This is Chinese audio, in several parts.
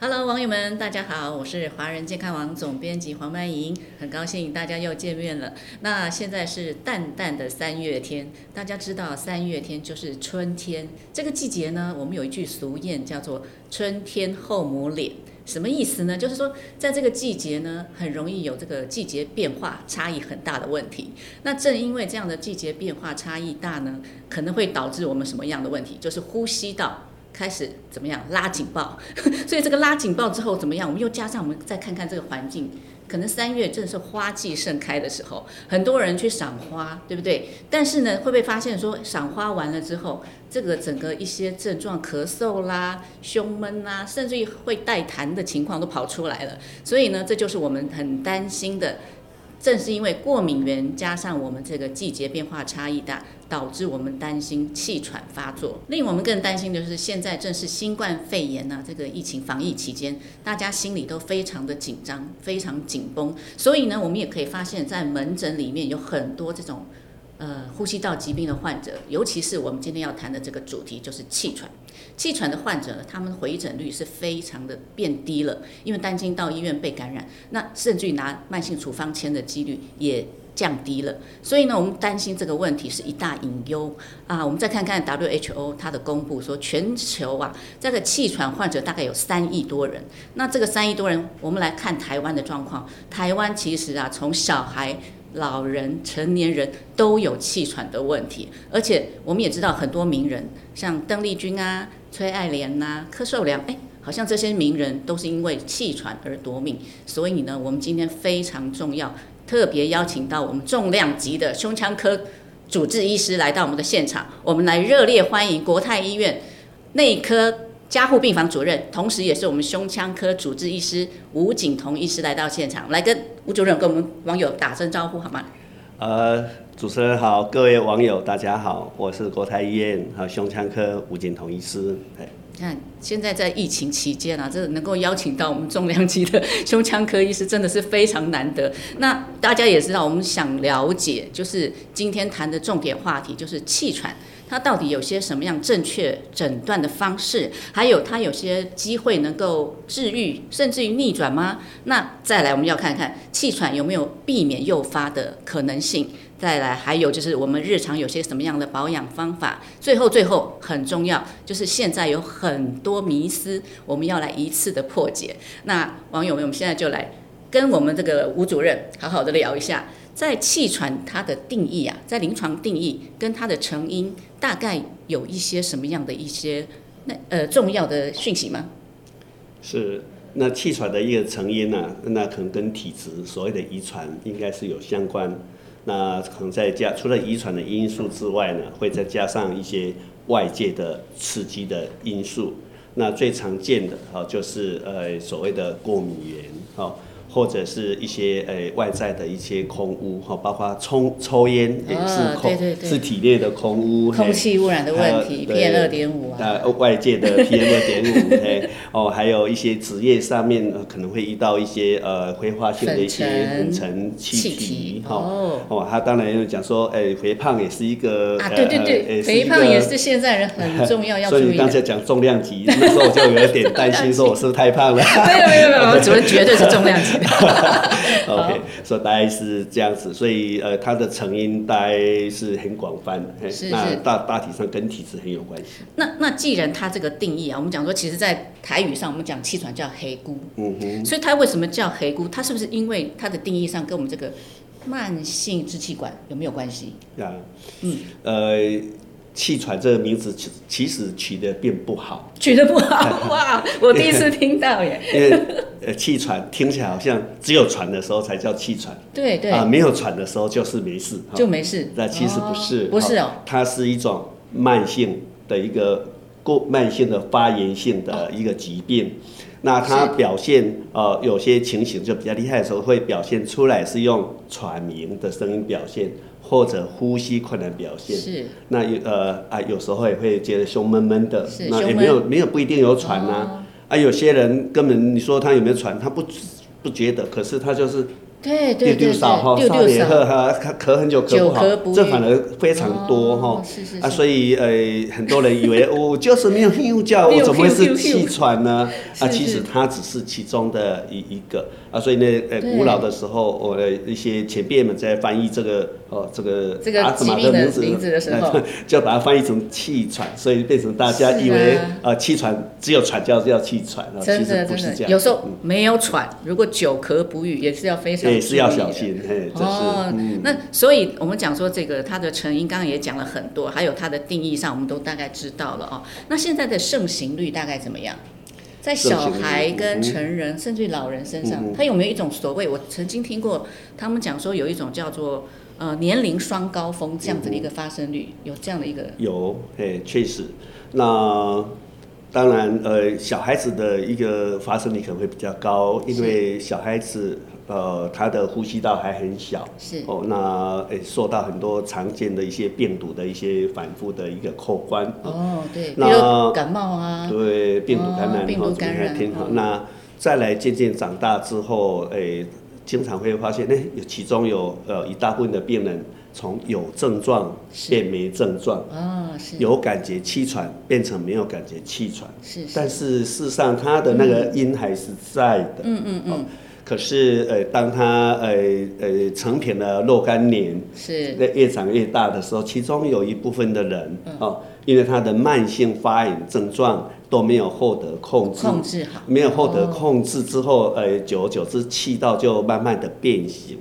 Hello，网友们，大家好，我是华人健康网总编辑黄曼莹，很高兴大家又见面了。那现在是淡淡的三月天，大家知道三月天就是春天这个季节呢，我们有一句俗谚叫做“春天后母脸”，什么意思呢？就是说在这个季节呢，很容易有这个季节变化差异很大的问题。那正因为这样的季节变化差异大呢，可能会导致我们什么样的问题？就是呼吸道。开始怎么样拉警报，所以这个拉警报之后怎么样？我们又加上我们再看看这个环境，可能三月正是花季盛开的时候，很多人去赏花，对不对？但是呢，会不会发现说赏花完了之后，这个整个一些症状，咳嗽啦、胸闷啦，甚至于会带痰的情况都跑出来了。所以呢，这就是我们很担心的。正是因为过敏源加上我们这个季节变化差异大，导致我们担心气喘发作。令我们更担心的就是，现在正是新冠肺炎呐、啊这个疫情防疫期间，大家心里都非常的紧张，非常紧绷。所以呢，我们也可以发现，在门诊里面有很多这种。呃，呼吸道疾病的患者，尤其是我们今天要谈的这个主题就是气喘。气喘的患者呢，他们回诊率是非常的变低了，因为担心到医院被感染，那甚至于拿慢性处方签的几率也降低了。所以呢，我们担心这个问题是一大隐忧啊。我们再看看 WHO 它的公布说，全球啊，这个气喘患者大概有三亿多人。那这个三亿多人，我们来看台湾的状况。台湾其实啊，从小孩老人、成年人都有气喘的问题，而且我们也知道很多名人，像邓丽君啊、崔爱莲呐、柯受良，哎，好像这些名人都是因为气喘而夺命。所以呢，我们今天非常重要，特别邀请到我们重量级的胸腔科主治医师来到我们的现场，我们来热烈欢迎国泰医院内科。加护病房主任，同时也是我们胸腔科主治医师吴景彤医师来到现场，来跟吴主任跟我们网友打声招呼好吗？呃，主持人好，各位网友大家好，我是国泰医院和胸腔科吴景彤医师。哎你看，现在在疫情期间啊，这能够邀请到我们重量级的胸腔科医师，真的是非常难得。那大家也知啊道，我们想了解，就是今天谈的重点话题就是气喘，它到底有些什么样正确诊断的方式，还有它有些机会能够治愈，甚至于逆转吗？那再来，我们要看看气喘有没有避免诱发的可能性。再来，还有就是我们日常有些什么样的保养方法？最后，最后很重要，就是现在有很多迷思，我们要来一次的破解。那网友们，我们现在就来跟我们这个吴主任好好的聊一下，在气喘它的定义啊，在临床定义跟它的成因，大概有一些什么样的一些那呃重要的讯息吗？是，那气喘的一个成因呢、那可能跟体质所谓的遗传应该是有相关。那可能再加除了遗传的因素之外呢，会再加上一些外界的刺激的因素。那最常见的哦，就是呃所谓的过敏源哦，或者是一些呃外在的一些空污哈、哦，包括抽抽烟也哦是空、对对对是体内的空污，空嘿气污染的问题还有，PM 二对点五啊，那外界的 PM 二点五，嘿，哦，还有一些职业上面、呃可能会遇到一些呃挥发性的一些粉尘粉尘气气体体，哈、哦哦，他当然有讲说，哎、肥胖也是一个，啊，呃对对呃对，呃肥一胖个也是现在人很重要要所以注你意的刚。才讲重量级，那时候我就有一点担心，说我是不是太胖了 没有没有没有，主任绝对是重量级的。 ？OK，所以大概是这样子，所以呃，它的成因大概是很广泛的，嘿是那是大大体上跟体质很有关系。 那那既然它这个定义啊，我们讲说，其实，在台语上我们讲气喘叫黑姑，嗯哼，所以它为什么叫黑姑？它是不是因为它的定义上跟我们这个慢性支气管有没有关系？啊，嗯，呃，气喘这个名字其其实取得并不好。取得不好 哇，我第一次听到耶。因为呃气喘听起来好像只有喘的时候才叫气喘， 对对，啊、没有喘的时候就是没事。哈就没事。那其实不是，哦不是哦哈，它是一种慢性的一个过慢性的发炎性的一个疾病。那它哦是表现呃有些情形就比较厉害的时候，会表现出来是用喘鸣的声音表现，或者呼吸困难表现。是那有呃啊，有时候也会觉得胸闷闷的是，那胸闷也哦没有没有不一定有喘啊呐、啊。有些人根本你说他有没有喘，他不不觉得，可是他就是对对丢对丢对，扫哈，丢少丢年扫鹤哈，咳咳很久咳久不好咳不，这愈反而非常多哈哦。是是啊，是所以呃，很多人以为我就是 没有呼叫，没我有怎么会是呼吸气喘呢？啊，是其是实它只是其中的一一个啊，所以呢，呃，对古老的时候，我的一些前辈们在翻译这个哦，这个这个阿兹疾玛病的的名字名字的时候呃 就把它翻译成气喘，所以变成大家是以为啊呃气喘只有喘叫叫气喘啊，其真实的不是真这的，样，嗯有时候没有喘，如果久咳不愈，也是要非常也哎是要注意小的心，嘿，这哦是，嗯。那所以我们讲说这个它的成因，刚刚也讲了很多，还有它的定义上，我们都大概知道了哦。那现在的盛行率大概怎么样？在小孩跟成人，甚至于老人身嗯上，他有没有一种所谓？我曾经听过他们讲说有一种叫做呃年龄双高峰这样子的一个发生率，有这样的一个有，哎，确实。那当然，呃，小孩子的一个发生率可能会比较高，因是为小孩子呃他的呼吸道还很小，是哦，那诶受到很多常见的一些病毒的一些反复的一个扣关。哦，对，比那如感冒啊，对病毒感哦染，病毒哦这个感还染挺好哦。那再来渐渐长大之后，诶、经常会发现，诶，有其中有呃一大部分的病人从有症状是变没症状，啊、是有感觉气喘变成没有感觉气喘，是是但是事实上它的那个音还是在的。嗯嗯嗯。可是呃，当它呃呃成品了若干年，是嗯那越长越大的时候，其中有一部分的人、哦，因为他的慢性发炎症状都没有获得控制，控制好，没有获得哦控制之后，呃，久而久之气道就慢慢的变形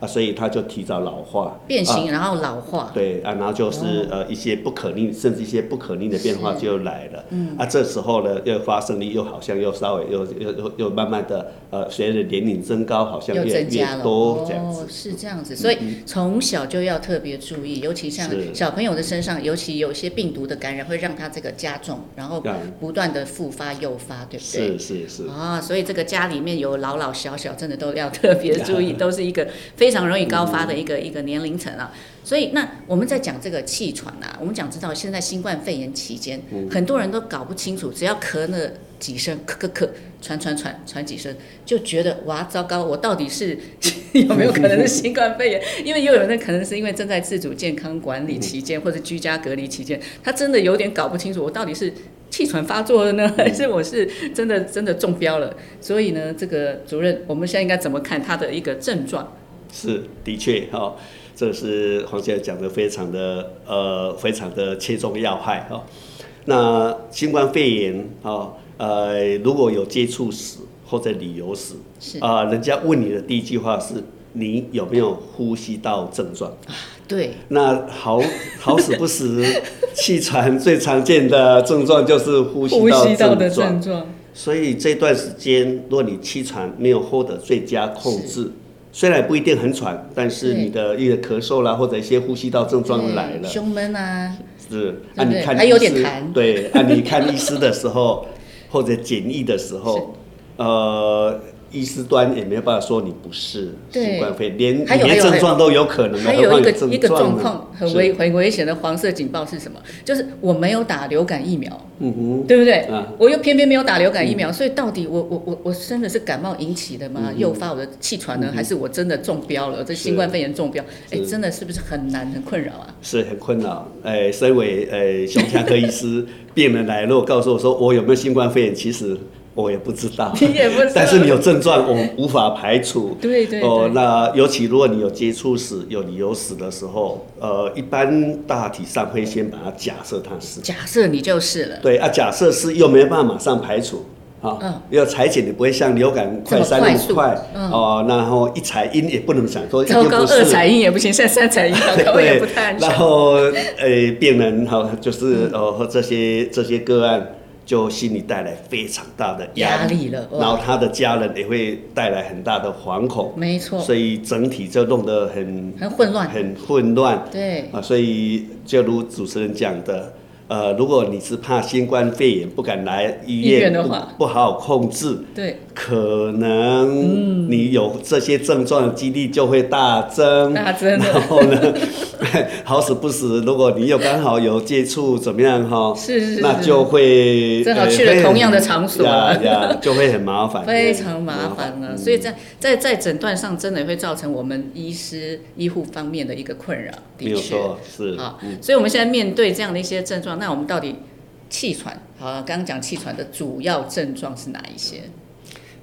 啊，所以他就提早老化，变啊形，然后老化，对啊，然后就是、呃一些不可逆，甚至一些不可逆的变化哦是就来了。嗯啊，这时候呢，又发生率又好像又稍微又又又又慢慢的呃，随着年龄增高，好像又越增加越了多这样哦子。，嗯是这样子，所以从小就要特别注意，尤其像是小朋友的身上，尤其有些病毒的感染会让他这个加重，然后对不断的复发诱发，对不对？是是是，啊，所以这个家里面有老老小小，真的都要特别注 意，都是一个非常容易高发的嗯一个一个年龄层啊。所以那我们在讲这个气喘啊，我们讲知道现在新冠肺炎期间，嗯很多人都搞不清楚，只要咳了几声，咳咳咳，传传传传几声，就觉得哇糟糕，我到底是 有没有可能是新冠肺炎？ 因为又有人可能是因为正在自主健康管理期间或者居家隔离期间，他真的有点搞不清楚我到底是气喘发作了呢， 还是我是真的真的中标了？所以呢，这个主任，我们现在应该怎么看他的一个症状？是的确哈、哦，这是黄先生讲的非常的呃非常的切中要害哈、哦。那新冠肺炎哦，呃，如果有接触史或者旅游史，是啊、人家问你的第一句话是你有没有呼吸道症状？对，那好好死不死，气喘最常见的症状就是呼吸道症状。状所以这段时间，如果你气喘没有获得最佳控制，虽然不一定很喘，但是对你的一个咳嗽啦，或者一些呼吸道症状来了对，胸闷啊，是对不啊，你对看还医有点师痰对啊，你看医师的时候或者检疫的时候，呃，医师端也没有办法说你不是对新冠肺炎，连还有你连还有症状都有可能的，还有何一个况一个症状呢况很是危很危险的黄色警报是什么？就是我没有打流感疫苗，嗯哼，对不对？啊嗯我又偏偏没有打流感疫苗，所以到底我我我我真的是感冒引起的吗？诱发我的气喘呢，还是我真的中标了？这是新冠肺炎中标，哎，嗯是真的是不是很难很困扰啊？是很困扰。呃，身为呃胸腔科医师，病人来如果告诉我说我有没有新冠肺炎，其实我也不知道。你 也不知道但是你有症状，我们无法排除。对对哦对，那尤其如果你有接触史、有旅游史的时候，呃，一般大体上会先把它假设它是。假设你就是了，对啊，假设是又没办法马上排除。啊，嗯要裁剪你不会像流感快筛那快么速快嗯哦，然后一采阴也不能想说一定 糟糕，不是二彩音也不行，现在三彩音 好像也不太嗯安全然。后呃，病人哈，就是呃这些这些个案，就心里带来非常大的压压力了哇然后他的家人也会带来很大的惶恐，没错，所以整体就弄得很哦很混乱很混乱对，啊。所以就如主持人讲的，呃，如果你是怕新冠肺炎不敢来医医院院的不话不好好控制，对，可嗯能你有这些症状的几率就会大增。大增的，然后呢， 好死不死，如果你又刚好有接触，怎么样哈？是是是那就会正好呃去了会同很样的场所呀呀，就会很麻烦， 嗯非常麻烦了。所以在在在诊断上，真的会造成我们医师医护方面的一个困扰，没的有确。错，是嗯好，所以我们现在面对这样的一些症状，那我们到底气喘？好，刚刚讲气喘的主要症状是哪一些？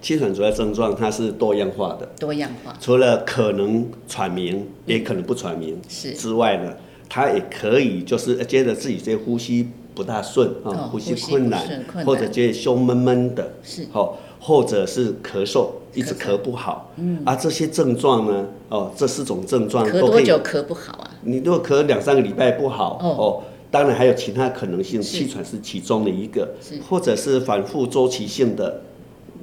气喘主要症状它是多样化的，多样化除了可能喘鸣，也可能不喘鸣嗯是之外呢，它也可以就是呃觉得自己这呼吸不大顺啊、哦呼吸呼吸困不难顺，困或者难觉得胸闷闷的，是哦，或者是咳嗽，一直咳咳不好，嗯，啊，这些症状呢，哦，这四种症状咳都可多以，久咳不好啊？你如果咳两三个礼拜不好，哦哦，当然还有其他可能性，是气喘是其中的一个是，或者是反复周期性的，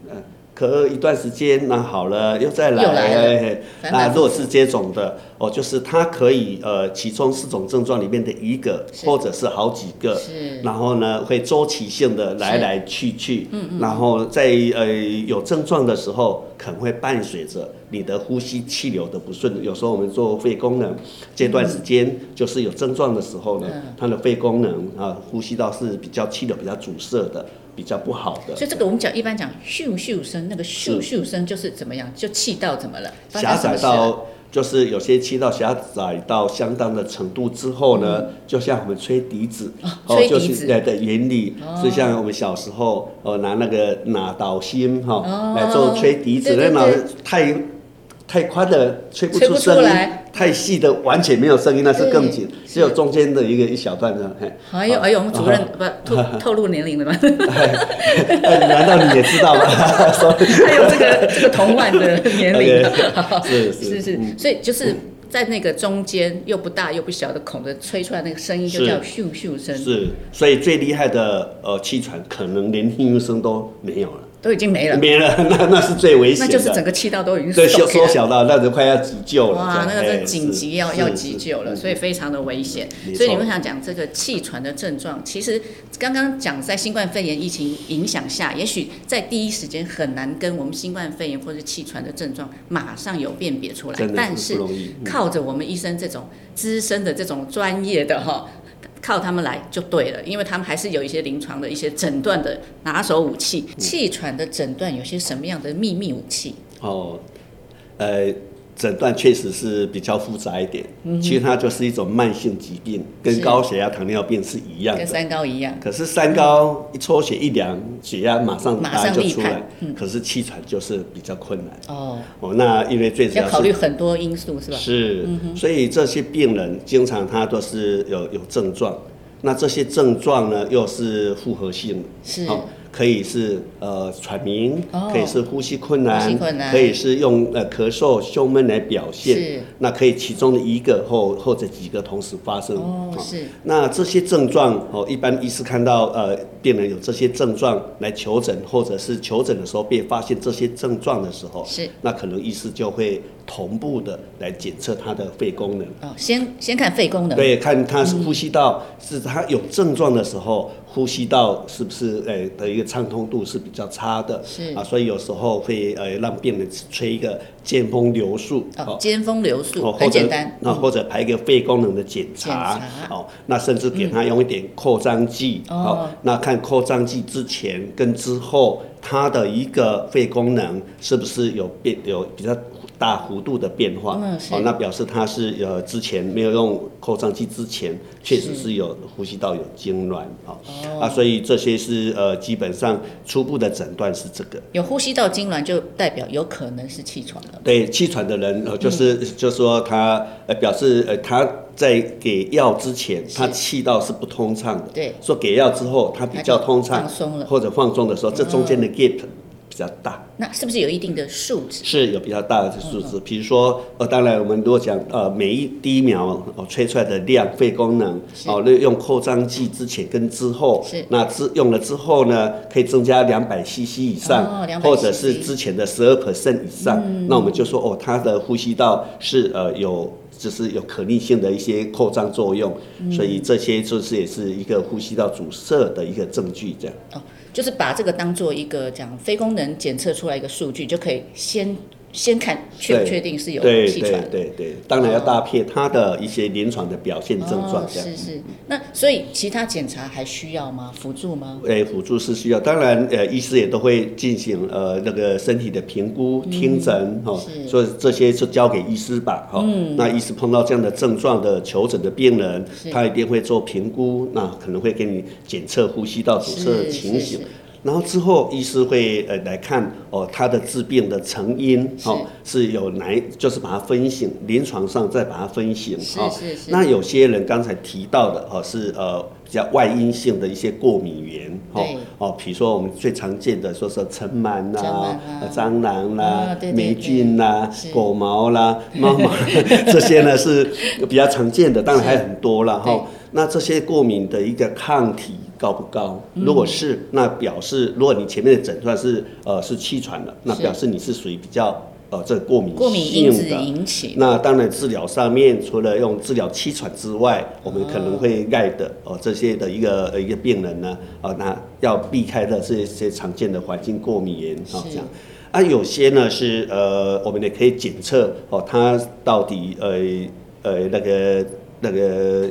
呃，咳一段时间那好了，又再来，又来了嘿反那反如复果是这种的，哦，就是它可以呃，其中四种症状里面的一个，是或者是好几个，是然后呢，会周期性的来是来去去，嗯嗯然后在呃有症状的时候，可能会伴随着你的呼吸气流的不顺。有时候我们做肺功能这段时间，就是有症状的时候呢，它的肺功能啊，呼吸道是比较气流比较阻塞的，比较不好的。所以这个我们讲一般讲咻咻声，那个咻咻声就是怎么样，就气到怎么了？发生狭什么窄事了到就是有些气道狭窄到相当的程度之后呢，就像我们吹笛子，嗯哦吹笛就子哦是对对原理、是像我们小时候哦拿那个拿导芯哈、哦来做吹笛子，对对那脑对太太宽的吹不吹出不声出音来，太细的完全没有声音，那是更紧对，只有中间的一个一小段的。嘿 哎呦哎呦，我们主任不透透露年龄了吗？ 哎难道你也知道吗？还有这个 这个童玩的年龄，好是是 是是，所以就是在那个中间又不大又不小的孔的吹出来那个声音，就是叫咻咻声，是，所以最厉害的呃气喘，可能连应声都没有了。都已经没了，没了， 那那是最危险那的，就是整个气道都已经对缩缩起来缩小到那就快要急救了。哎哇，那个是真嗯紧急要要急救了，所以非常的危险没。错所以你们想讲这个气喘的症状，其实刚刚讲在新冠肺炎疫情影响下，也许在第一时间很难跟我们新冠肺炎或者气喘的症状马上有辨别出来真，的但是是不容易。嗯靠着我们医生这种资深的这种专业的哈。靠他们来就对了，因为他们还是有一些临床的一些诊断的拿手武器。嗯气喘的诊断有些什么样的秘密武器？哦，呃，诊断确实是比较复杂一点，其实它就是一种慢性疾病，跟嗯是高血压、糖尿病是一样跟的。三高一样，可是三高一抽血一量，血压马上马答案上就立出判嗯来。可是气喘就是比较困难。哦，哦，那因为最主要要考是虑很多因素是吧？是，所以这些病人经常他都是有有症状，那这些症状呢又是复合性的，是哦可以是呃喘鸣，哦可以是呼吸困难，呼吸困难可以是用呃咳嗽、胸闷来表是现，那可以其中的一个或或者几个同时发生。哦，哦是那这些症状哦，一般医师看到呃病人有这些症状来求诊，或者是求诊的时候被发现这些症状的时候，是那可能医师就会同步的来检测他的肺功能。哦，先先看肺功能，对，看他是呼吸道、是他有症状的时候，呼吸道是不是呃的一个畅通度是比较差的，是啊，所以有时候会呃让病人吹一个见风流速哦，尖峰流速、哦，或很者简单，嗯那或者排一个肺功能的检查检，查哦，那甚至给他用一点扩张剂，嗯哦哦，那看扩张剂之前跟之后，他的一个肺功能是不是有变有比较大幅度的变化？嗯是哦，那表示他是呃之前没有用扩张剂之前，确实是有呼吸道有痉挛，哦，啊，所以这些是呃基本上初步的诊断是这个。有呼吸道痉挛就代表有可能是气喘了，嗯对气喘的人，呃，就是、就是说他呃表示呃他在给药之前，是他气道是不通畅的。对，说给药之后，他比较通畅，他就放松了嗯或者放松的时候，这中间的 gap 比较大，那是不是有一定的数值？是有比较大的数嗯字。比如说，呃，当然我们如果讲呃每一滴苗哦吹出来的量、肺功能是哦，那用扩张剂之前跟之后是，那之用了之后呢，可以增加两百 CC 以上，哦200或者是 cc 之前的十二 percent 以上，嗯那我们就说哦，它的呼吸道是呃有。就是有可逆性的一些扩张作用，嗯所以这些就是也是一个呼吸道阻塞的一个证据，这样。哦，就是把这个当做一个讲非功能检测出来一个数据，就可以先先看确不对确定是有对气对喘。对对，当然要搭配它的一些临床的表现症状哦，这样。是是，那所以其他检查还需要吗？辅助吗？诶，哎辅助是需要，当然，呃，医师也都会进行呃那个身体的评估、听诊，哦嗯是，嗯所以这些就交给医师吧，哈、哦。那医师碰到这样的症状的求诊的病人是，他一定会做评估，那可能会给你检测呼吸道阻塞的是情是形是。然后之后，医师会呃来看哦，他的治病的成因哦是有哪一，就是把它分型，临床上再把它分型是哦是是那有些人刚才提到的哦是呃比较外因性的一些过敏源哦对哦，比如说我们最常见的说是尘螨尘螨啦啊、呃蟑螂啊啦对、对霉对菌啦是、狗 毛啦、 猫毛这些呢是比较常见的，当然还有很多啦对哈。那这些过敏的一个抗体高不高？嗯如果是，那表示如果你前面的诊断是呃是气喘了，那是表示你是属于比较呃这个过敏过敏因性子的引起那当然，治疗上面除了用治疗气喘之外，我们可能会盖的哦这些的一个呃一个病人呢，哦那要避开的这些常见的环境过敏源哦是这样。啊，有些呢是呃，我们也可以检测哦，它到底呃呃那个那个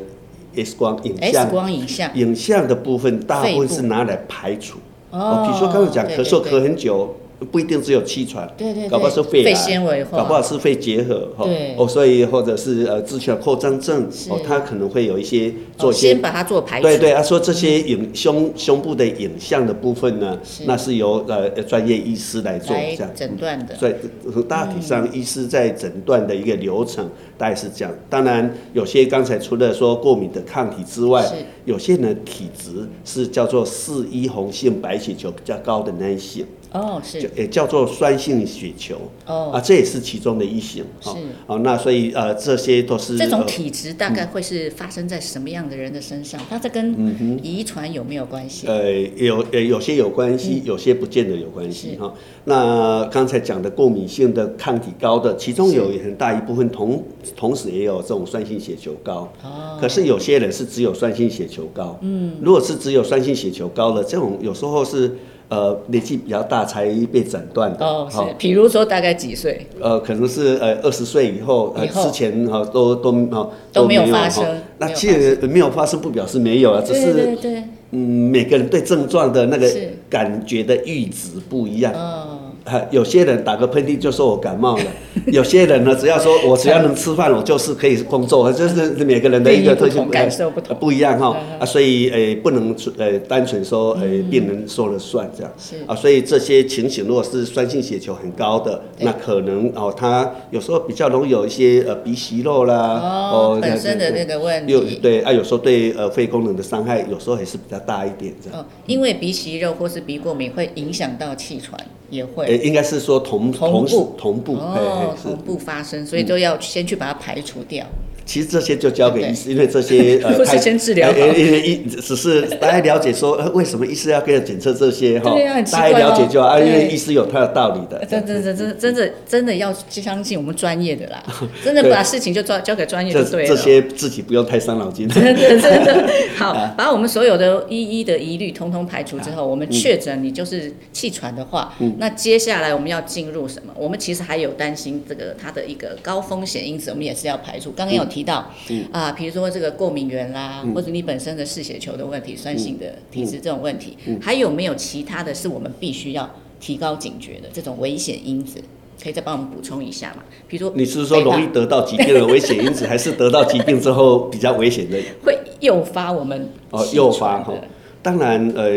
X 光影 X 像光影像影像的部分大部肺分部是拿来排除。哦比如说刚才讲对咳嗽对咳很久，不一定只有气喘，对对对搞不好是肺肺癌纤维化搞不好是肺结核哈对，哦，所以或者是呃支气管扩张症是哦，它可能会有一些做哦一些先把它做排除。对对，啊他说这些影胸胸部的影像的部分呢是，那是由呃专业医师来做来这样。诊断的，所以呃大体上，医师在诊断的一个流程大概是这样。当然，有些刚才除了说过敏的抗体之外是，有些人的体质是叫做四一红性白血球比较高的那一型，哦就是也叫做酸性血球。哦，啊，这也是其中的一型。哦是哦，那所以呃，这些都是这种呃体质大概会是发生在什么样的人的身上？它这嗯跟遗传有没有关系？呃，有呃有些有关嗯系，有些不见得有关系哈、那刚才讲的过敏性的抗体高的，其中是有很大一部分同同时也有这种酸性血球高。哦，可是有些人是只有酸性血球高，嗯，如果是只有酸性血球高的，这种有时候是呃年纪比较大才被诊断的，哦，好是，比如说大概几岁？呃，可能是呃二十岁以后，呃以后之前哈、都都哈都没有发哈生那没有其实没有发生不表示没有啊，只对是对对，嗯，每个人对症状的那个是感觉的阈值不一样。哦，啊，有些人打个喷嚏就说我感冒了，有些人呢，只要说我只要能吃饭，我就是可以工作，就是每个人的一定义个不特同性呃感受不同嗯不一样哈、啊，所以呃不能呃单纯说呃病人说了算这样是啊，所以这些情形如果是酸性血球很高的，对那可能哦他有时候比较容易有一些呃鼻息肉啦，哦本身的那个问题有对啊，有时候对呃肺功能的伤害有时候还是比较大一点这样。哦，因为鼻息肉或是鼻过敏会影响到气喘，也呃，会应该是说同同同时步同步，哎、哦哎，是嗯同步发生，所以都要先去把它排除掉。其实这些就交给对医师，因为这些 或是先治疗好呃因为因为医只是大家了解说，呃，为什么医师要给我检测这些哈？对啊很奇怪大家了解就好，啊，哦因为对医师有他的道理的。真真真真真的真的要相信我们专业的 啦，真的对把事情就交交给专业这就对了。这些自己不用太伤脑 筋。真的真的好，啊把我们所有的一一的疑虑通通排除之后，我们确诊你就是气喘的话，嗯那接下来我们要进入什么？我们其实还有担心这个它的一个高风险因子，我们也是要排除。刚刚有提到嗯啊，比如说这个过敏源啦，或者你本身的嗜血球的问题、酸性的体质这种问题，嗯还有没有其他的是我们必须要提高警觉的这种危险因子？可以再帮我们补充一下嘛？比如说， 你是说容易得到疾病的危险因子，还是得到疾病之后比较危险的会诱发我们 哦气诱发喘哈的？当然，呃，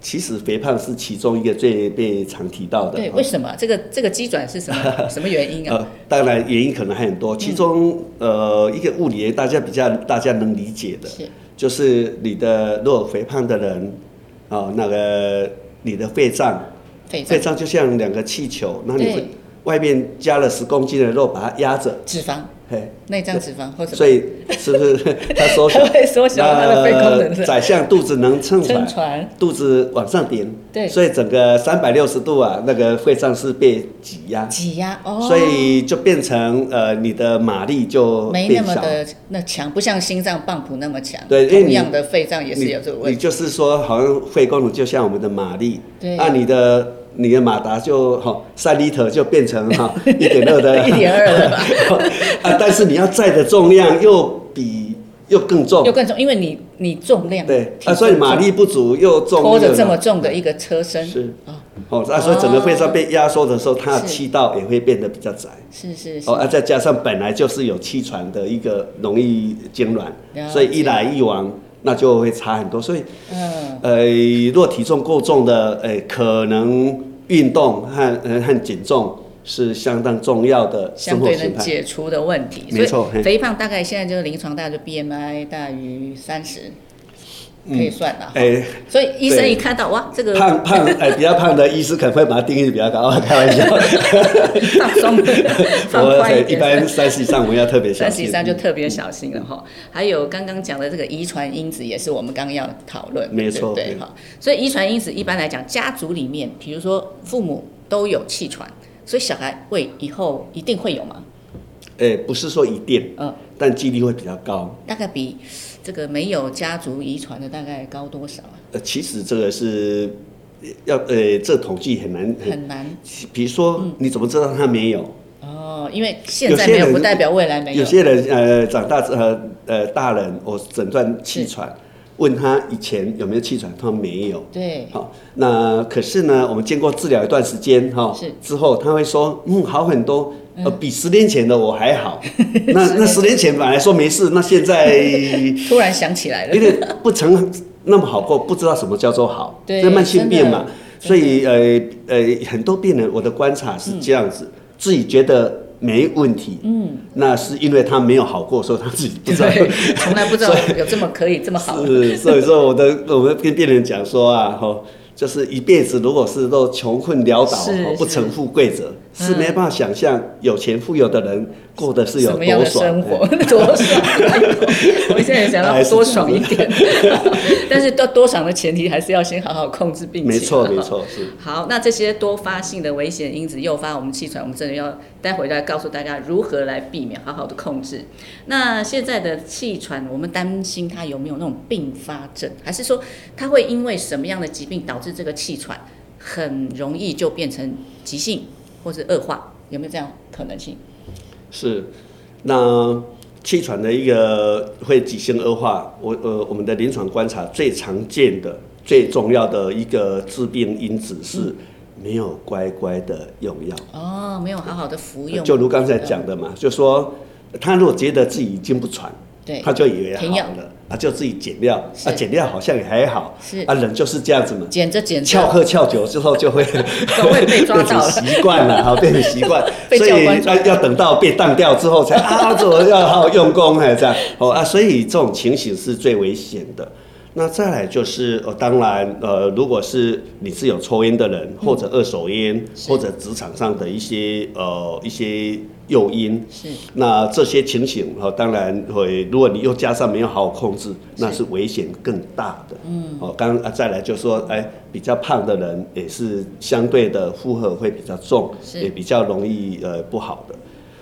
其实肥胖是其中一个最被常提到的。对，哈为什么这个这个机转是什 么什么原因啊？呃，当然原因可能还很嗯多，其中、呃一个物理大家比较大家能理解的，是哦就是你的如果肥胖的人，啊、那个你的肺脏肺肺脏脏就像两个气球，那你对会外面加了十公斤的肉把它压着，脂肪嘿，内脏脂肪或什么，所以是不是 它缩小它？会缩小它的肺功能那的宰相肚子能撑撑船，船，肚子往上顶，对所以整个三百六十度啊，那个肺脏是被挤压，挤压哦，所以就变成呃你的马力就没那变么小。的那强，不像心脏泵浦那么强。对因为同你样的肺脏也是你有这个问你题。就是说，好像肺功能就像我们的马力，对那你的你的马达就哈三 liter 就变成哈 一点二的，一点二了吧， 啊，但是你要载的重量又比又更重又，更重，因为你你重量对体啊，所以重马力不足又重，拖着又这么重的一个车身，是哦，哦，那所以整个肺脏被压缩的时候，它是的气道也会变得比较窄。是是是哦，，啊，再加上本来就是有气喘的一个容易痉了挛，所以解一来一往，那就会差很多。所以，嗯，呃，若体重过重的，呃，可能运动和呃和减重是相当重要的相生活对形能态。解除的问题。没错所以嘿肥胖大概现在就是临床大概就 BMI 大于三十，可以算了。哎，所以医生对一看到哇，这个 胖胖，哎，比较胖的医师可能会把它定义比较高，啊开玩笑。放松 放我宽呃一一点。般三十以上我们要特别小三十心以。上就特别小心了哈。还有刚刚讲的这个遗传因子，也是我们刚刚要讨论的，没对错不对对哈。所以遗传因子一般来讲，家族里面，比如说父母都有气喘，所以小孩会以后一定会有嘛？哎，不是说一定，嗯，但几率会比较高。大概比这个没有家族遗传的大概高多少啊？呃，其实这个是要呃，这统计很难。很很难比如说，嗯你怎么知道他没有？哦，因为现在有些没有人不代表未来没有有。些人呃，长大之呃呃，大人我诊断气喘，问他以前有没有气喘，他没有。对，好，那可是呢，我们经过治疗一段时间哈，是之后他会说，嗯，好很多，呃，比十年前的我还 好。那那十年前本来说没事，那现在突然想起 来因了，为不曾那么好过，不知道什么叫做好，对这慢性病嘛。真的所以呃呃，很多病人我的观察是这样子，自己觉得没问题，嗯，那是因为他没有好过，所以他自己不知道。对，从来不知道有这么可以这么好。 是，所以说我的我们跟病人讲说啊，吼、就是一辈子如果是都穷困潦倒，是嗯吼不是成富贵者，是没办法想象有钱富有的人过的是有什么样多的爽。生活， 多爽！我现在也想到多爽一点， 但是多多爽的前提还是要先好好控制病情。啊没错，没。错，是。 好，那这些多发性的危险因子诱发我们气喘，我们真的要待会再告诉大家如何来避免，好好的控制。那现在的气喘，我们担心它有没有那种并发症，还是说它会因为什么样的疾病导致这个气喘很容易就变成急性或是恶化？有没有这样可能性？是，那气喘的一个会急性恶化，我呃我们的临床观察最常见的、最重要的一个致病因子是没有乖乖的用药。哦，没有好好的服用，嗯就如刚才讲的嘛，就说他如果觉得自己已经不喘，对，他就以为停好药了啊，就自己减料是啊，减料好像也还好是啊，人就是这样子嘛。减着减翘着，课翘久之后就 会总会被抓 变到成了。，习惯了，哈，变成习惯 被所以啊教官抓要要等到被当掉之后才啊，我要好好用功，还这样哦啊，所以这种情形是最危险的。那再来就是，呃，当然，呃，如果是你是有抽烟的人，或者二手烟，嗯是或者职场上的一些呃一些诱因，是那这些情形哦，当然会，如果你又加上没有好好控制，那是是危险更大的。嗯，哦，刚啊再来就说，哎，比较胖的人也是相对的负荷会比较重，是也比较容易呃不好的。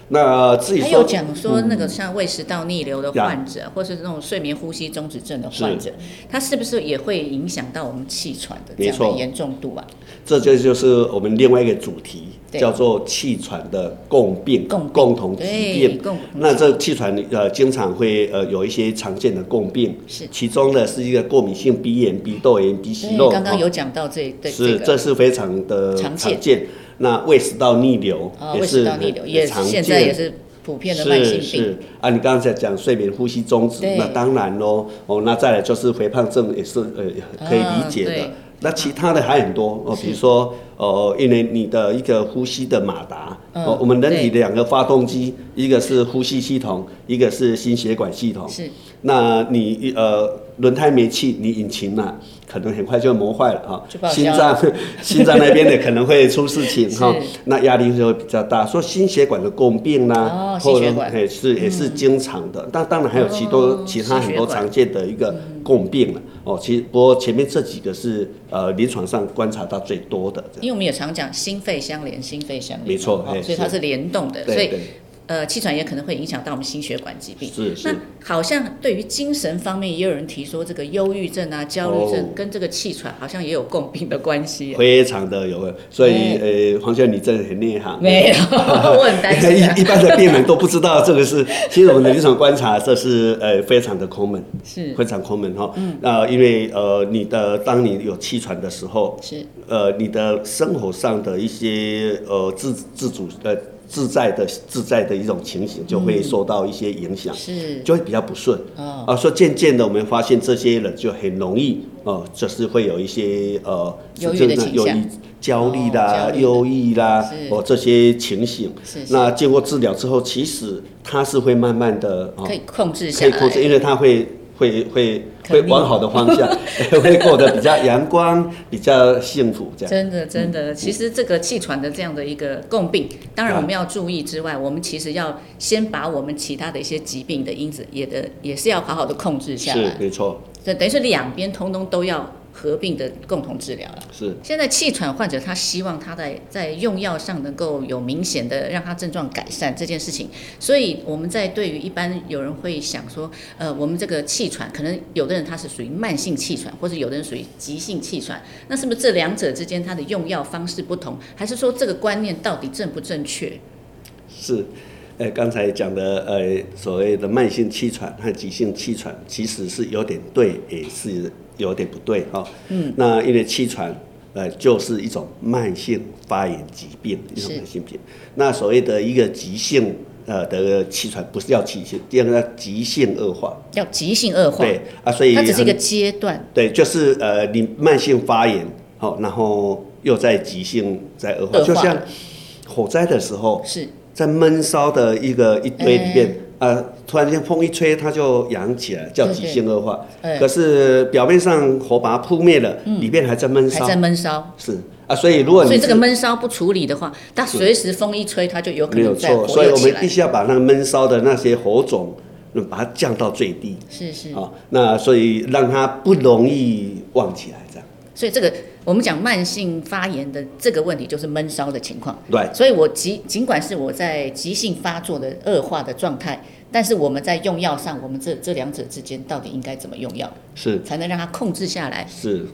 那至于还说嗯有讲说那个像胃食道逆流的呀患者，或是那种睡眠呼吸中止症的患者，他是不是也会影响到我们气喘的这没样的错严重度啊？这就就是我们另外一个主题，对叫做气喘的共病、共病同疾对，病。共那这气喘呃，经常会呃有一些常见的共病，是其中呢是一个过敏性鼻炎、鼻窦炎、鼻息对，肉，刚刚哦有讲到这对是，个这是非常的常常见那胃食道逆流啊，也胃是食道很逆流也常是见，现在也是普遍的慢性是病，是啊，你刚才讲睡眠呼吸中止对，那当然咯，哦，那再来就是肥胖症也是呃可以啊理解的。对那其他的还很多哦，比如说哦，因为你的一个呼吸的马达，嗯哦，我们人体对两个发动机，一个是呼吸系统，一个是心血管系统。是那你呃，轮胎没气，你引擎呢、可能很快就磨坏了就报哈、销心脏 心脏那边的可能会出 事情哈、是那压力就会比较大。说心血管的共病啦、哦心血管嗯或者也是也是经常的，但当然还有其多、哦其他很心血多管嗯常见的一个共病了、哦。其实不过前面这几个是呃临床上观察到最多的，这样因为我们也常讲心肺相连，心肺相连嘛，没错哦哎所以它是联动的，所对以对呃，气喘也可能会影响到我们心血管疾病。是是那。好像对于精神方面，也有人提说这个忧郁症啊、焦虑症哦跟这个气喘好像也有共病的关系耶。非常的有，所以呃，黄轩，你真的很内行。没 有，我很担心、啊一。一般的病人都不知道这个是， 其实我们的临床观察，这是呃非常的 common，是嗯非常 common 哈。呃，因为呃你的当你有气喘的时候，是，呃你的生活上的一些呃自自主呃自在的自在的一种情形，就会受到一些影响。是就会比较不顺哦啊，所以渐渐的，我们发现这些人就很容易哦、呃就是会有一些呃，忧郁的就是倾向忧郁、焦虑啦哦、焦虑的忧郁啦是，哦这些情形是。是那经过治疗之后，其实它是会慢慢的哦，可以控制可下哎以控制，来。因为它会会会可会逆往好的方向， 会过得比较阳光、比较幸福 这样。真的，真嗯的，其实这个气喘的这样的一个共病，当然我们要注意之嗯外，我们其实要先把我们其他的一些疾病的因子也的也是要好好的控制下是来。没错，这等于是两边通通都要合并的共同治疗了。是现在气喘患者他希望他在在用药上能够有明显的让他症状改善这件事情，所以我们在对于一般有人会想说，呃，我们这个气喘可能有的人他是属于慢性气喘，或者有的人属于急性气喘，那是不是这两者之间他的用药方式不同，还是说这个观念到底正不正确？是，呃，刚才讲的呃所谓的慢性气喘和急性气喘，其实是有点对，也是有点不对哈、嗯，那因为气喘。呃，就是一种慢性发炎疾病，一种是慢性病。那所谓的一个急性呃的气喘，不是叫急性，第二个叫急性恶化。要急性恶化，对啊，所以它只是一很个阶段，对，就是呃，你慢性发炎，好、然后又在急性在恶化，恶化就像火灾的时候，是在闷烧的一个一堆里面，嗯啊，突然间风一吹，它就扬起来，叫对急性恶化。对嗯可是表面上火把它扑灭了，里面还在闷还烧在。闷烧。是啊，所以如果你所以这是个闷烧不处理的话，它随时风一吹，它就有可没有能再错，活所以跃我起们来必。须要把那个闷烧的那些火种，嗯把它降到最低是是啊、，那所以让它不容易旺起来，这样所以这个我们讲慢性发炎的这个问题，就是闷烧的情况。对。所以我即尽管是我在急性发作的恶化的状态，但是我们在用药上，我们这这两者之间到底应该怎么用药，是才能让它控制下来？是，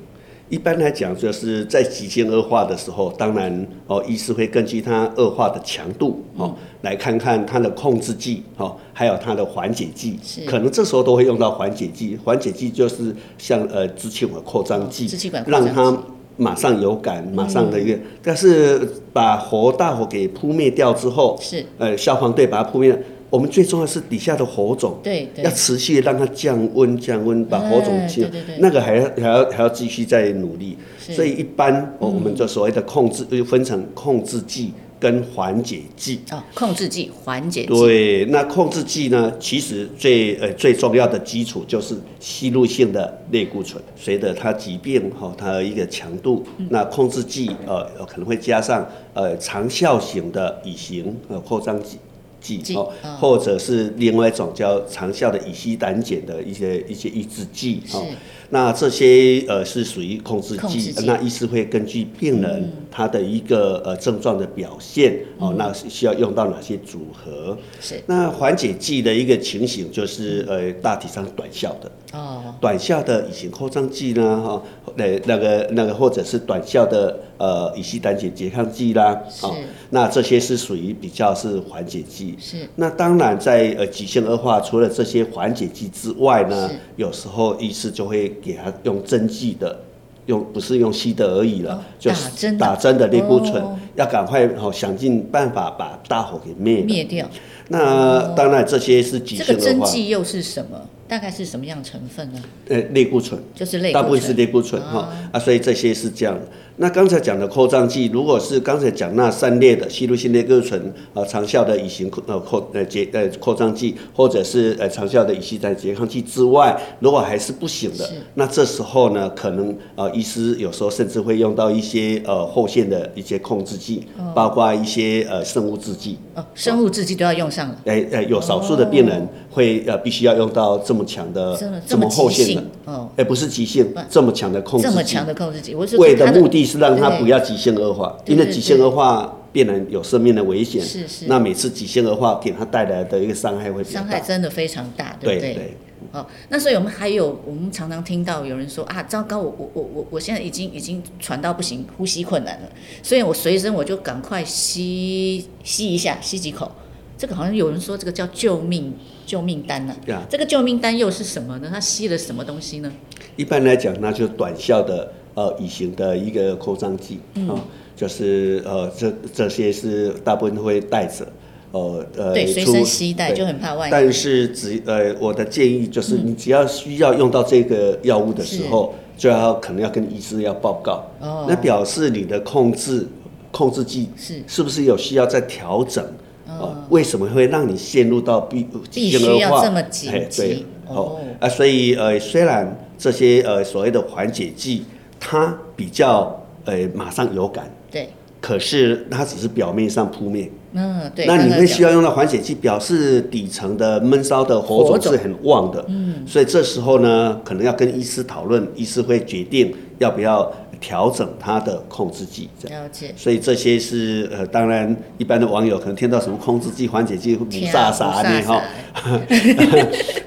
一般来讲，就是在急性恶化的时候，当然哦，医师会根据它恶化的强度哦，嗯来看看它的控制剂哦，还有它的缓解剂是，可能这时候都会用到缓解剂。缓解剂就是像呃支气管扩张剂，支气管扩张剂嗯让它马上有感，马上的一个，但是把火大火给扑灭掉之后，是呃，消防队把它扑灭了。我们最重要是底下的火种，对对要持续让它降温，降温，把火种哎降，对对对那个还要还要还要继续再努力。是嗯所以一般哦我我们就所谓的控制，就分成控制剂跟缓解剂。哦，控制剂、缓解剂，对，那控制剂呢？其实最呃最重要的基础就是吸入性的类固醇。随着它疾病哈、哦它的一个强度，嗯那控制剂呃呃可能会加上呃长效型的乙型呃扩张剂。剂剂哦哦，或者是另外一种叫长效的乙烯胆碱的一些一些抑制剂哦是，那这些呃是属于控制控制剂剂，嗯那医师会根据病人他的一个呃症状的表现哦，那需要用到哪些组合？是那缓解剂的一个情形就是，呃，大体上短效的，哦，短效的乙型扩张剂呢，哈、呃，那个那个或者是短效的呃乙烯胆碱拮抗剂啦，是哦，那这些是属于比较是缓解剂。是那当然在，呃急性恶化，除了这些缓解剂之外呢是，有时候医师就会给他用针剂的，用不是用吸的而已了，哦就是打针的打针的类固醇，哦要赶快哦想尽办法把大火给灭了。灭掉。那当然，这些是急这性个的针话，剂又是什么？大概是什么样成分呢？呃，类固醇。就是类固大部分醇是类固哦醇哈啊所以这些是这样的。那刚才讲的扩张剂，如果是刚才讲那三类的吸入性类固醇啊、呃长效的乙型扩呃扩呃结呃扩张剂，或者是呃长效的乙酰胆拮抗剂之外，如果还是不行的是，那这时候呢，可能呃医师有时候甚至会用到一些呃后线的一些控制剂，包括一些呃生物制剂。哦，生物制剂都要用上了，哎呃，有少数的病人会呃必须要用到这么强的真的呃这哦这么么后急线的性，哦，哎，不是急性，这么强的控制这么剂强的控制剂，我是说为的它目的是让它对不要急性恶化，对因为对急性对恶化病人有生命的危险，是是那每次急性恶化给他带来的一个伤害会比较伤大害。真的非常大，对对不对？哦，那所以我们还有，我们常常听到有人说啊，糟糕，我我我我我现在已经已经喘到不行，呼吸困难了，所以我随身我就赶快吸吸一下，吸几口。这个好像有人说这个叫救命救命丹呢、呀这个救命丹又是什么呢？它吸了什么东西呢？一般来讲，那就短效的呃乙型的一个扩张剂嗯啊，就是呃这这些是大部分会带着。呃呃，对，随出身携带对就很怕万一。但是只呃，我的建议就是，嗯你只要需要用到这个药物的时候，就要可能要跟医师要报告。哦那表示你的控制控制剂是是不是有需要再调整？哦，为什么会让你陷入到必嗯必须极限恶化要这么紧哎，对急，哦哦啊，所以呃，虽然这些呃所谓的缓解剂，它比较呃马上有感，对，可是它只是表面上扑灭。嗯，对。那你会需要要用到缓解剂，表示底层的闷烧的火种是很旺的，嗯，所以这时候呢，可能要跟医师讨论，医师会决定要不要调整它的控制剂，这样。了解。所以这些是呃，当然一般的网友可能听到什么控制剂、缓解剂、五天煞啊啥五呢煞哈，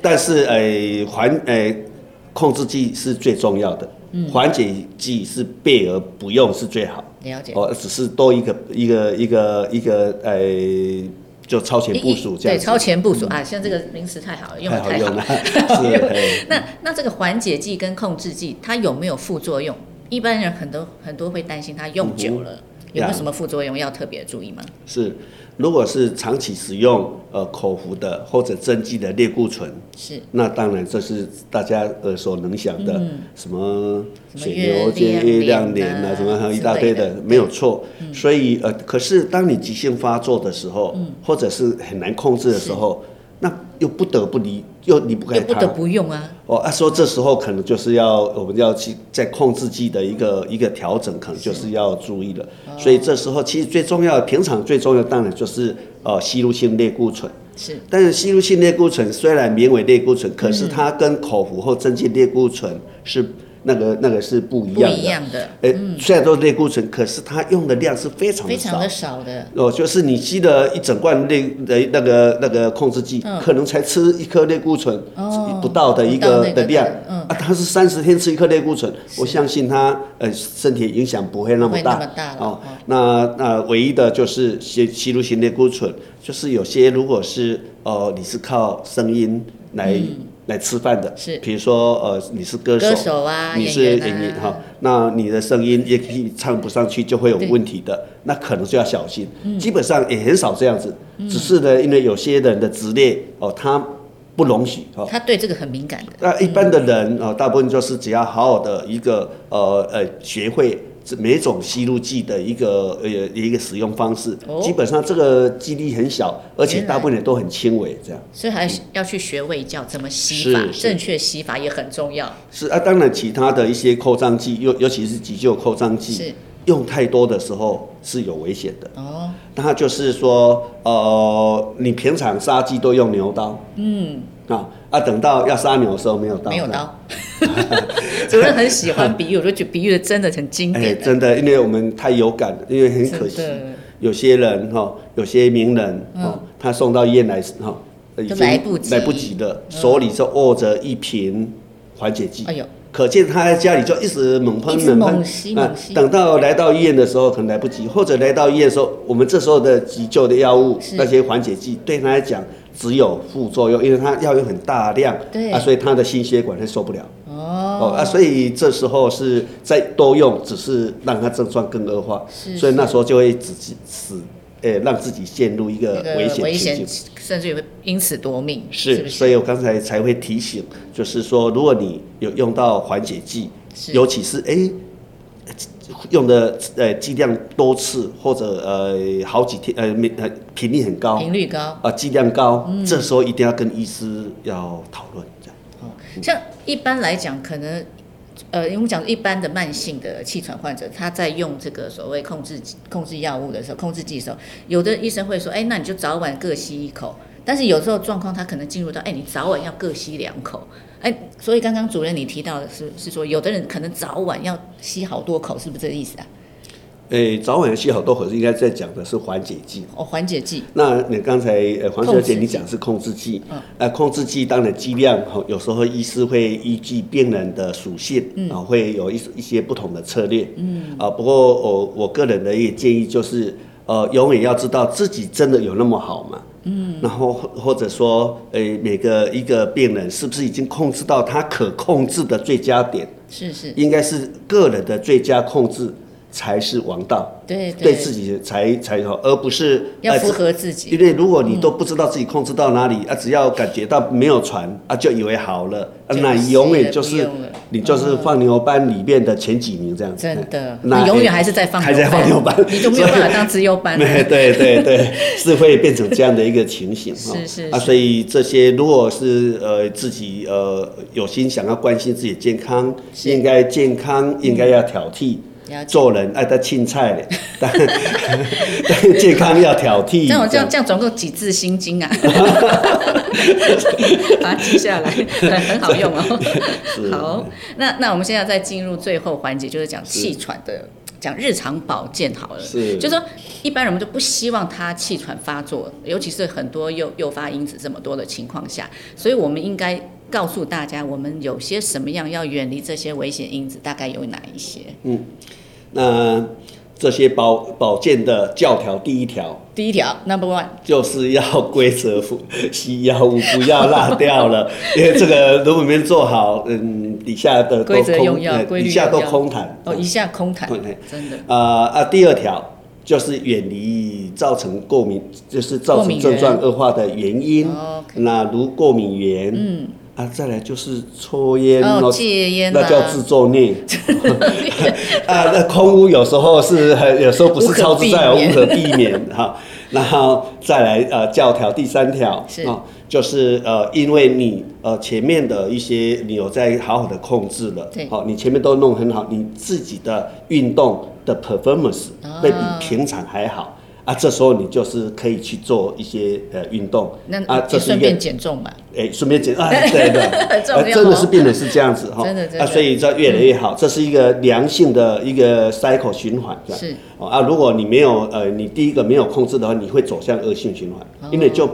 但是呃缓呃控制剂是最重要的，嗯缓解剂是备而不用是最好。了 解。哦，只是多一个一个一个一个呃，就超前部署这对，样子嗯超前部署啊，像这个名词太好了，用的太太好用好 了，。是嘿那那这个缓解剂跟控制剂，它有没有副作用？一般人很多很多会担心它用久了、有没有嗯呀什么副作用要特别注意吗？是。如果是长期使用呃口服的或者针剂的类固醇，是那当然这是大家耳熟能详的，什么嗯什么水月牛接亮月亮脸脸啊啊，什么还有一之大类堆的嗯的，没有错。所以呃，可是当你急性发作的时候，或者是很难控制的时候，那又不得不离，又离不开又它。不得不用啊，哦，啊，说这时候可能就是要我们要去在控制剂的一个一个调整，可能就是要注意了。啊所以这时候其实最重要的，平常最重要的当然就是呃吸入性类固醇。是但是吸入性类固醇虽然名为类固醇，可嗯是它跟口服或针剂类固醇是那个那个是不一不样一的。样的，呃，虽然都是类固醇，可是它用的量是非常的非少常的。少的，哦，就是你吸了一整罐类的那个那个控制剂，可能才吃一颗类固醇、嗯哦不到的一不到个那个的量，嗯啊，他是三十天吃一颗类固醇，我相信他呃身体影响不会那么大，不会那么大了哦哦。那那唯一的就是吸吸入型类固醇，就是有些如果是哦、呃你是靠声音来、来吃饭的，嗯是比如说呃你是歌手，歌手啊，你演是员演员哈啊，，那你的声音也可以唱不上去，就会有问题的，那可能就要小心。嗯基本上也很少这样子，只是呢，因为有些人的职业哦，他不容许哦。他对这个很敏感的，那一般的人哦，大部分就是只要好好的一个呃呃学会这每种吸入剂的一个呃一个使用方式哦，基本上这个几率很小，而且大部分人都很轻微这样。所以还是要去学卫教怎么吸法，是是正确吸法也很重要，是啊，当然其他的一些扩张剂，尤尤其是急救扩张剂，是用太多的时候是有危险的。哦，那它就是说，呃，你平常杀鸡都用牛刀，嗯，啊啊，等到要杀牛的时候没有刀，没有。刀。主任很喜欢比喻，我就觉得比喻的真的很经哎，典的，真的，因为我们太有感了，因为很可惜真的，有些人哈、有些名人哦，他送到医院来哈、已都经来不及嗯来不及了，手里就握着一瓶缓解剂，哎呦，可见他在家里就一直猛喷一直猛喷猛吸，那猛吸等到来到医院的时候可能来不及，或者来到医院的时候，我们这时候的急救的药物是那些缓解剂对他来讲只有副作用，因为他药用很大量，对啊，所以他的心血管会受不了。哦，哦啊，所以这时候是再多用，只是让他症状更恶化，是所以那时候就会只使呃让自己陷入一那个个危险危情境险。，甚至于会因此夺命，是是，不是？所以我刚才才会提醒，就是说，如果你有用到缓解剂，是尤其是哎、诶用的呃剂量多次或者呃好几天呃没呃频率很高啊、频率嗯高。剂量高，这时候一定要跟医师要讨论这样。像一般来讲，可能呃，因为我们讲一般的慢性的气喘患者，他在用这个所谓控制控制药物的时候，控制剂的时候，有的医生会说，哎，那你就早晚各吸一口。但是有时候状况他可能进入到，哎，你早晚要各吸两口。哎，所以刚刚主任你提到的是是说，有的人可能早晚要吸好多口，是不是这个意思啊？诶、早晚吸好多口是应该在讲的是缓解剂。哦，缓解剂那你刚才呃黄小控制姐剂你讲是控制剂嗯，呃控制剂当然剂量哦，有时候医师会依据病人的属性啊、会有一一些不同的策略，嗯啊，不过我我个人的一个建议就是，呃，永远要知道自己真的有那么好吗？嗯，然后或或者说，呃，每个一个病人是不是已经控制到他可控制的最佳点？是是，应该是个人的最佳控制才是王道，对对自己才才好，而不是要呃符合自己因为如果你都不知道自己控制到哪里、嗯啊，只要感觉到没有船啊，就以为好了，啊、就那是永远了就不是用了你就是放牛班里面的前几名这样子，真的，那你永远哎还是在放还在放牛班，你就没有所以 办法当资优班了。对对对对，是会变成这样的一个情形哈。是是啊，是所以这些如果是呃自己呃有心想要关心自己的健康，是嗯应该健康应该要挑剔。了解做人爱他青菜嘞，但 但健康要挑 剔。这样我这这样样这样总共几字心经 啊？把它记下来，很很好用哦。是好，那那我们现在再进入最后环节，就是讲气喘的，讲日常保健好了。是就说一般人我们都不希望他气喘发作，尤其是很多诱诱发因子这么多的情况下，所以我们应该告诉大家，我们有些什么样要远离这些危险因子，大概有哪一些？那这些保保健的教条第一条第一条，Number One，就是要规则服西 药物不要落掉了，因为这个如果没做好，嗯，底下的都规则用空，药，呃规底律下都用药空谈。哦，一下空谈空谈，真的。啊、啊，第二条就是远离造成过敏，就是造过成敏症状源恶化的原因。哦，OK 那如过敏源，嗯，啊，再来就是抽烟哦戒烟那啊叫自 作孽。啊，那空屋有时候是很，有时候不无是可超支避在，无免可避 免哈。然后再来呃，教条第三条是啊就是呃，因为你呃前面的一些你有在好好的控制了，对好、你前面都弄很好，你自己的运动的 performance 啊会比平常还好。啊，这时候你就是可以去做一些呃运动，那啊，也这是一顺个便减重嘛？哎，顺便讲啊，对 对，很重要呃真的是病人是这样子哈，真的真的啊，所以这越来越好，这是一个良性的一个 cycle 循环，这样是哦啊，如果你没有呃，你第一个没有控制的话，你会走向恶性循哦环，因为就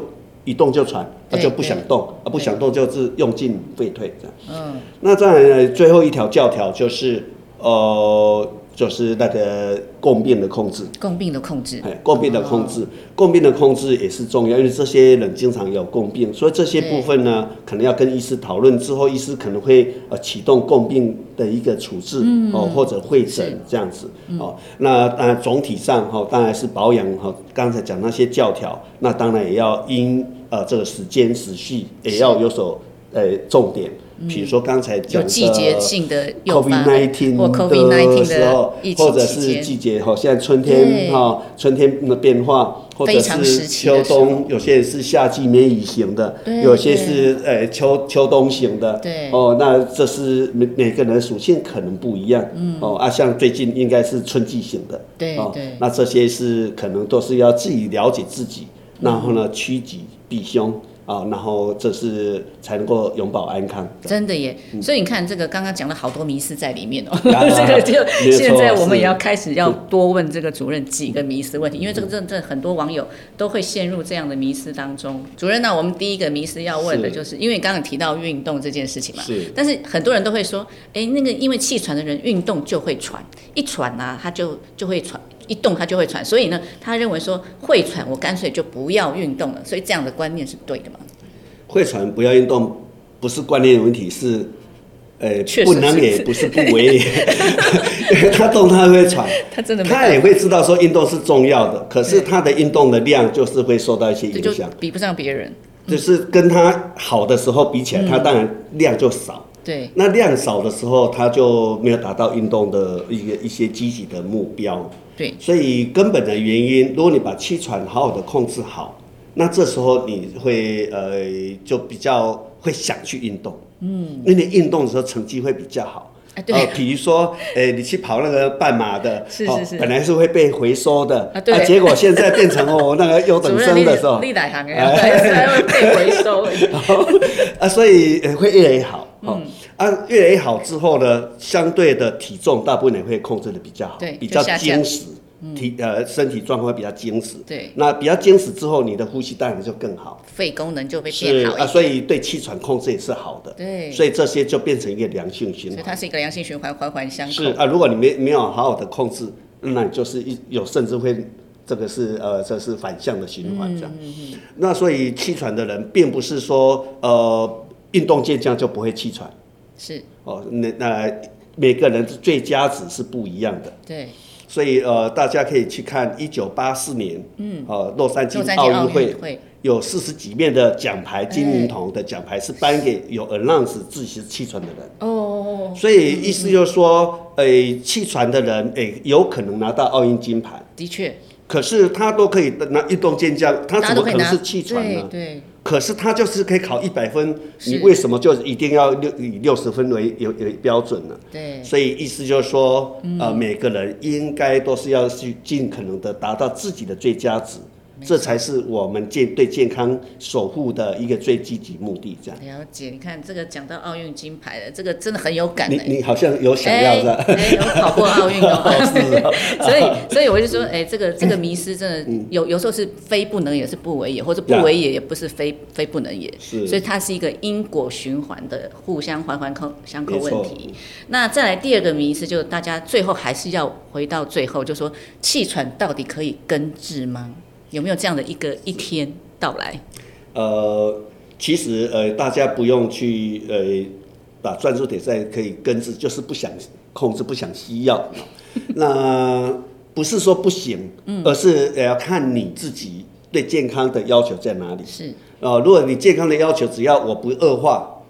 一动就喘，啊对就不想动，啊对不想动就是用进废退这样。嗯，那再来最后一条教条就是呃，就是那个共病的控制。共病的控制哦哎，共病的控制，共病的控制也是重要，因为这些人经常有共病，所以这些部分呢，可能要跟医师讨论之后，医师可能会呃启动共病的一个处置、嗯哦，或者会诊这样子、哦。那当然总体上哈、哦，当然是保养哈、哦，刚才讲那些教条，那当然也要因呃这个时间时序也要有所呃重点，比如说刚才嗯有讲的季节性的诱发 COVID nineteen 或 COVID nineteen 时候的疫，或情者期是间，季节哈，现在春对天哈，春天的变化，或者非常时是期的秋时候冬，有些是夏季梅雨型的对，有些是呃秋秋冬型的，对哦，那这是每每个人的属性可能不一样，嗯，哦啊，像最近应该是春季型的，对哦对那这些是可能都是要自己了解自己，嗯然后呢趋吉避凶啊，然后这是才能够永保安康。真的耶。嗯所以你看，这个刚刚讲了好多迷思在里面哦。 啊这个就没有错现在我们也是要开始要多问这个主任几个迷思问题，因为这个真的很多网友都会陷入这样的迷思当中。主任呢、我们第一个迷思要问的是就是，因为你刚刚提到运动这件事情嘛，是但是很多人都会说，哎，那个因为气喘的人运动就会喘，一喘啊，他就就会喘，一动他就会喘，所以呢，他认为说会喘，我干脆就不要运动了，所以这样的观念是对的嘛？会喘不要运动，不是观念有问题，是呃确，实不能是也不是不为， 因为他动他会喘，他真的没他办也法，会知道说运动是重要的，可是他的运动的量就是会受到一些这影就响，比不上别人。就是跟他好的时候比起来，他当然量就少。对，那量少的时候，他就没有达到运动的一个一些积极的目标。对，所以根本的原因，如果你把气喘好好的控制好，那这时候你会呃就比较会想去运动，嗯，因为你运动的时候成绩会比较好。哎对呃，比如说，呃，你去跑那个半马的，哦是是是本来是会被回收的，啊对结果现在变成哦那 个优主等任生的时候立，立奶 行哎， 才会被回收 而已。啊，所以呃会越来越好。嗯哦，啊，越来越好之后呢，相对的体重大部分也会控制的比较好，对比较就下降嗯坚实，体呃身体状况会比较坚实。对，那比较坚实之后，你的呼吸当然就更好，肺功能就被是变好一啊，点，所以对气喘控制也是好的。对所以这些就变成一个良性循所以环。它是一个良性循环，环环相是扣。啊，如果你没没有好好的控制，那你就是一有甚至会这个是呃这是反向的循嗯环这样。那所以气喘的人并不是说呃运动健将就不会气喘是，哦，那那每个人的最佳值是不一样的。对，所以呃，大家可以去看一九八四年，嗯，呃，洛杉洛矶杉奥矶奥运会运会，哎有四十几面的奖牌，金银铜的奖牌是颁给有 announce 自己是气喘的人。哦，所以意思就是说，诶、弃船的人，诶、有可能拿到奥运金牌，的确，可是他都可以拿运动健将，他大家怎都么可可以拿能是弃船对呢？对，可是他就是可以考一百分，是你为什么就一定要六以六十分为有有标准呢？对，所以意思就是说，呃，每个人应该都是要去尽可能的达到自己的最佳值，这才是我们健对健康守护的一个最积极目的。这样，了解。你看这个讲到奥运金牌了，这个真的很有感你哎。你好像有想要是吧？哎，哎有跑过奥运 哦哦。是哦 所以，所以我就说，哎，这个这个迷失真嗯的有有时候是非不能也是不为也，或者不 Yeah 为也也不是非非不能也，是所以它是一个因果循环的互相环环扣相扣没错问题。那再来第二个迷失，就是大家最后还是要回到最后，就说气喘到底可以根治吗？有没有这样的一个一天到来？呃，其实呃，大家不用去呃把专注点在可以根治，就是不想控制，不想吸药。那不是说不行，而是呃要看你自己对健康的要求在哪里。是呃，如果你健康的要求，只要我不恶化，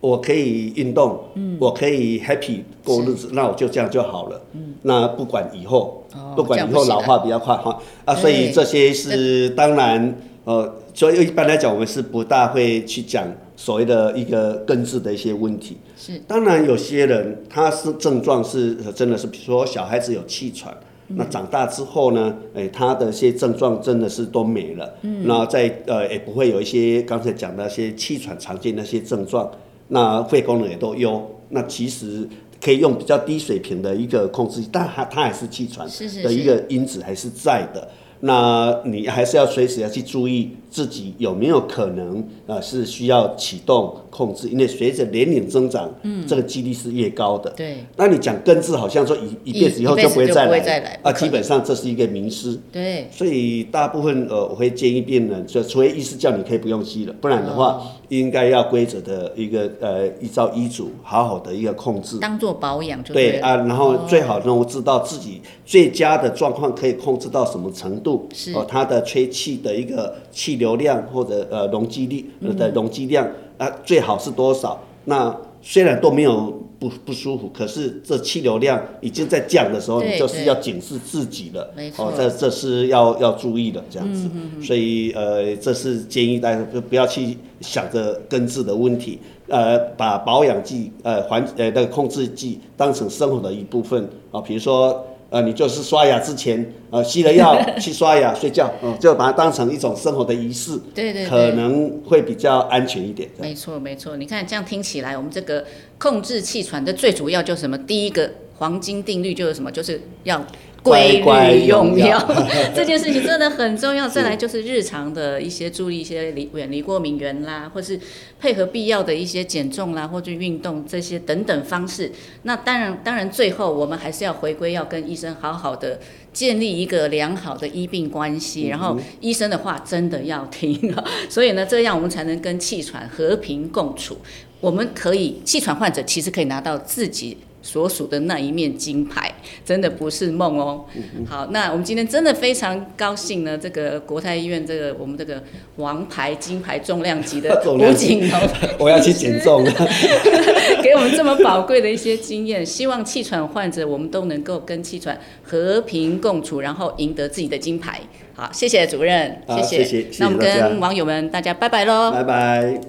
我可以运动，我可以 happy 过日子，那我就这样就好了。那不管以后，哦不管以后这样老不行啊化比较快哈啊，哎所对以这些是当然呃，所以一般来讲，我们是不大会去讲所谓的一个根治的一些问题。是，当然，有些人他是症状是呃真的是，比如说小孩子有气喘，嗯那长大之后呢，哎、他的一些症状真的是都没了，嗯，那在呃也不会有一些刚才讲的那些气喘常见的一些症状，那肺功能也都优，那其实可以用比较低水平的一个控制，但它它还是气喘是是的一是个因子还是在的。那你还是要随时要去注意自己有没有可能啊、呃是需要启动控制，因为随着年龄增长，嗯，这个几率是越高的。对那你讲根治，好像说一一辈子以后一就不会再一辈子就不会来再来不啊，可能基本上这是一个迷失。对，所以大部分呃，我会建议病人，就除非医师叫你可以不用吸了，不然的话，哦应该要规则的一个呃，依照医嘱好好的一个控制。当做保养就对了。哦啊，然后最好能够知道自己最佳的状况可以控制到什么程度，是哦，它的吹气的一个气流量或者呃容积率嗯呃的容积量啊，最好是多少？那虽然都没有不不舒服，可是这气流量已经在降的时候，对你就对是要警示自己了没。哦错，这这是要要注意的这样子。嗯所以呃，这是建议大家不不要去想着根治的问题，呃，把保养剂呃环呃那个控制剂当成生活的一部分啊、比如说。呃，你就是刷牙之前，呃，吸了药去刷牙睡觉， 嗯，就把它当成一种生活的仪式，对对对可能会比较安全一点。没错，没错。你看这样听起来，我们这个控制气喘的最主要就是什么？第一个黄金定律就是什么？就是要规乖乖律用用药药， 这件事情真的很重要。再来就是日常的一些注意一些离远离过敏源啦，或是配合必要的一些减重啦，或者运动这些等等方式。那当然，当然最后我们还是要回归，要跟医生好好的建立一个良好的医病关嗯系，然后医生的话真的要听啊。所以呢，这样我们才能跟气喘和平共处。我们可以气喘患者其实可以拿到自己所属的那一面金牌，真的不是梦哦。嗯好，那我们今天真的非常高兴呢，这个国泰医院这个我们这个王牌金牌重量级的 重吴量级景龙 我要去减重了。 给我们这么宝贵的一些经验，希望气喘患者我们都能够跟气喘和平共处，然后赢得自己的金牌。好，谢谢主任，好谢谢谢谢谢那我们大家跟网友们大家拜拜喽。 拜拜。